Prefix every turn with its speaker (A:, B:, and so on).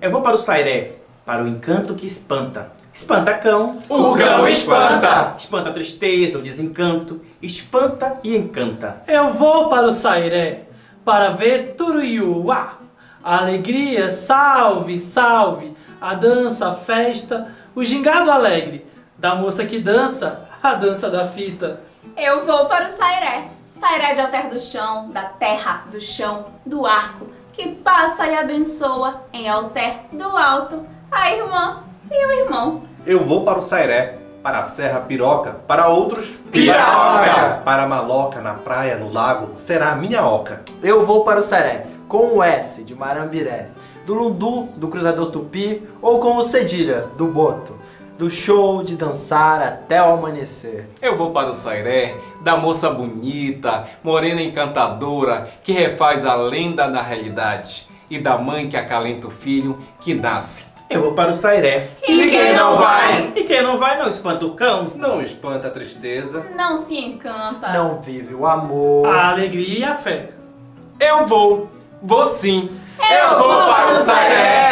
A: Eu vou para o Sairé, para o encanto que espanta. Espanta cão,
B: O cão espanta.
A: espanta a tristeza, o desencanto, espanta e encanta.
C: Eu vou para o Sairé para ver Turuiuá. A alegria, salve, salve. A dança, a festa, o gingado alegre. Da moça que dança, a dança da fita.
D: Eu vou para o Sairé. Sairé de alter do chão, da terra, do chão, do arco, que passa e abençoa em alter do alto a irmã e o irmão.
E: Eu vou para o Sairé, para a Serra Piroca, para outros
B: Piroca.
E: para a Maloca, na praia, no lago, será a minha oca.
F: Eu vou para o Seré, com o S de Marambiré, do Lundu, do Cruzador Tupi, ou com o Cedilha, do Boto, do show de dançar até o amanhecer.
B: Eu vou para o Sairé, da moça bonita, morena encantadora, que refaz a lenda na realidade, e da mãe que acalenta o filho que nasce.
A: Eu vou para o Sairé.
B: E quem não vai?
A: E quem não vai não espanta o cão.
E: Não espanta a tristeza.
D: Não se encanta.
F: Não vive o amor.
C: A alegria e a fé.
B: Eu vou, vou sim.
D: Eu vou para o
B: Sairé.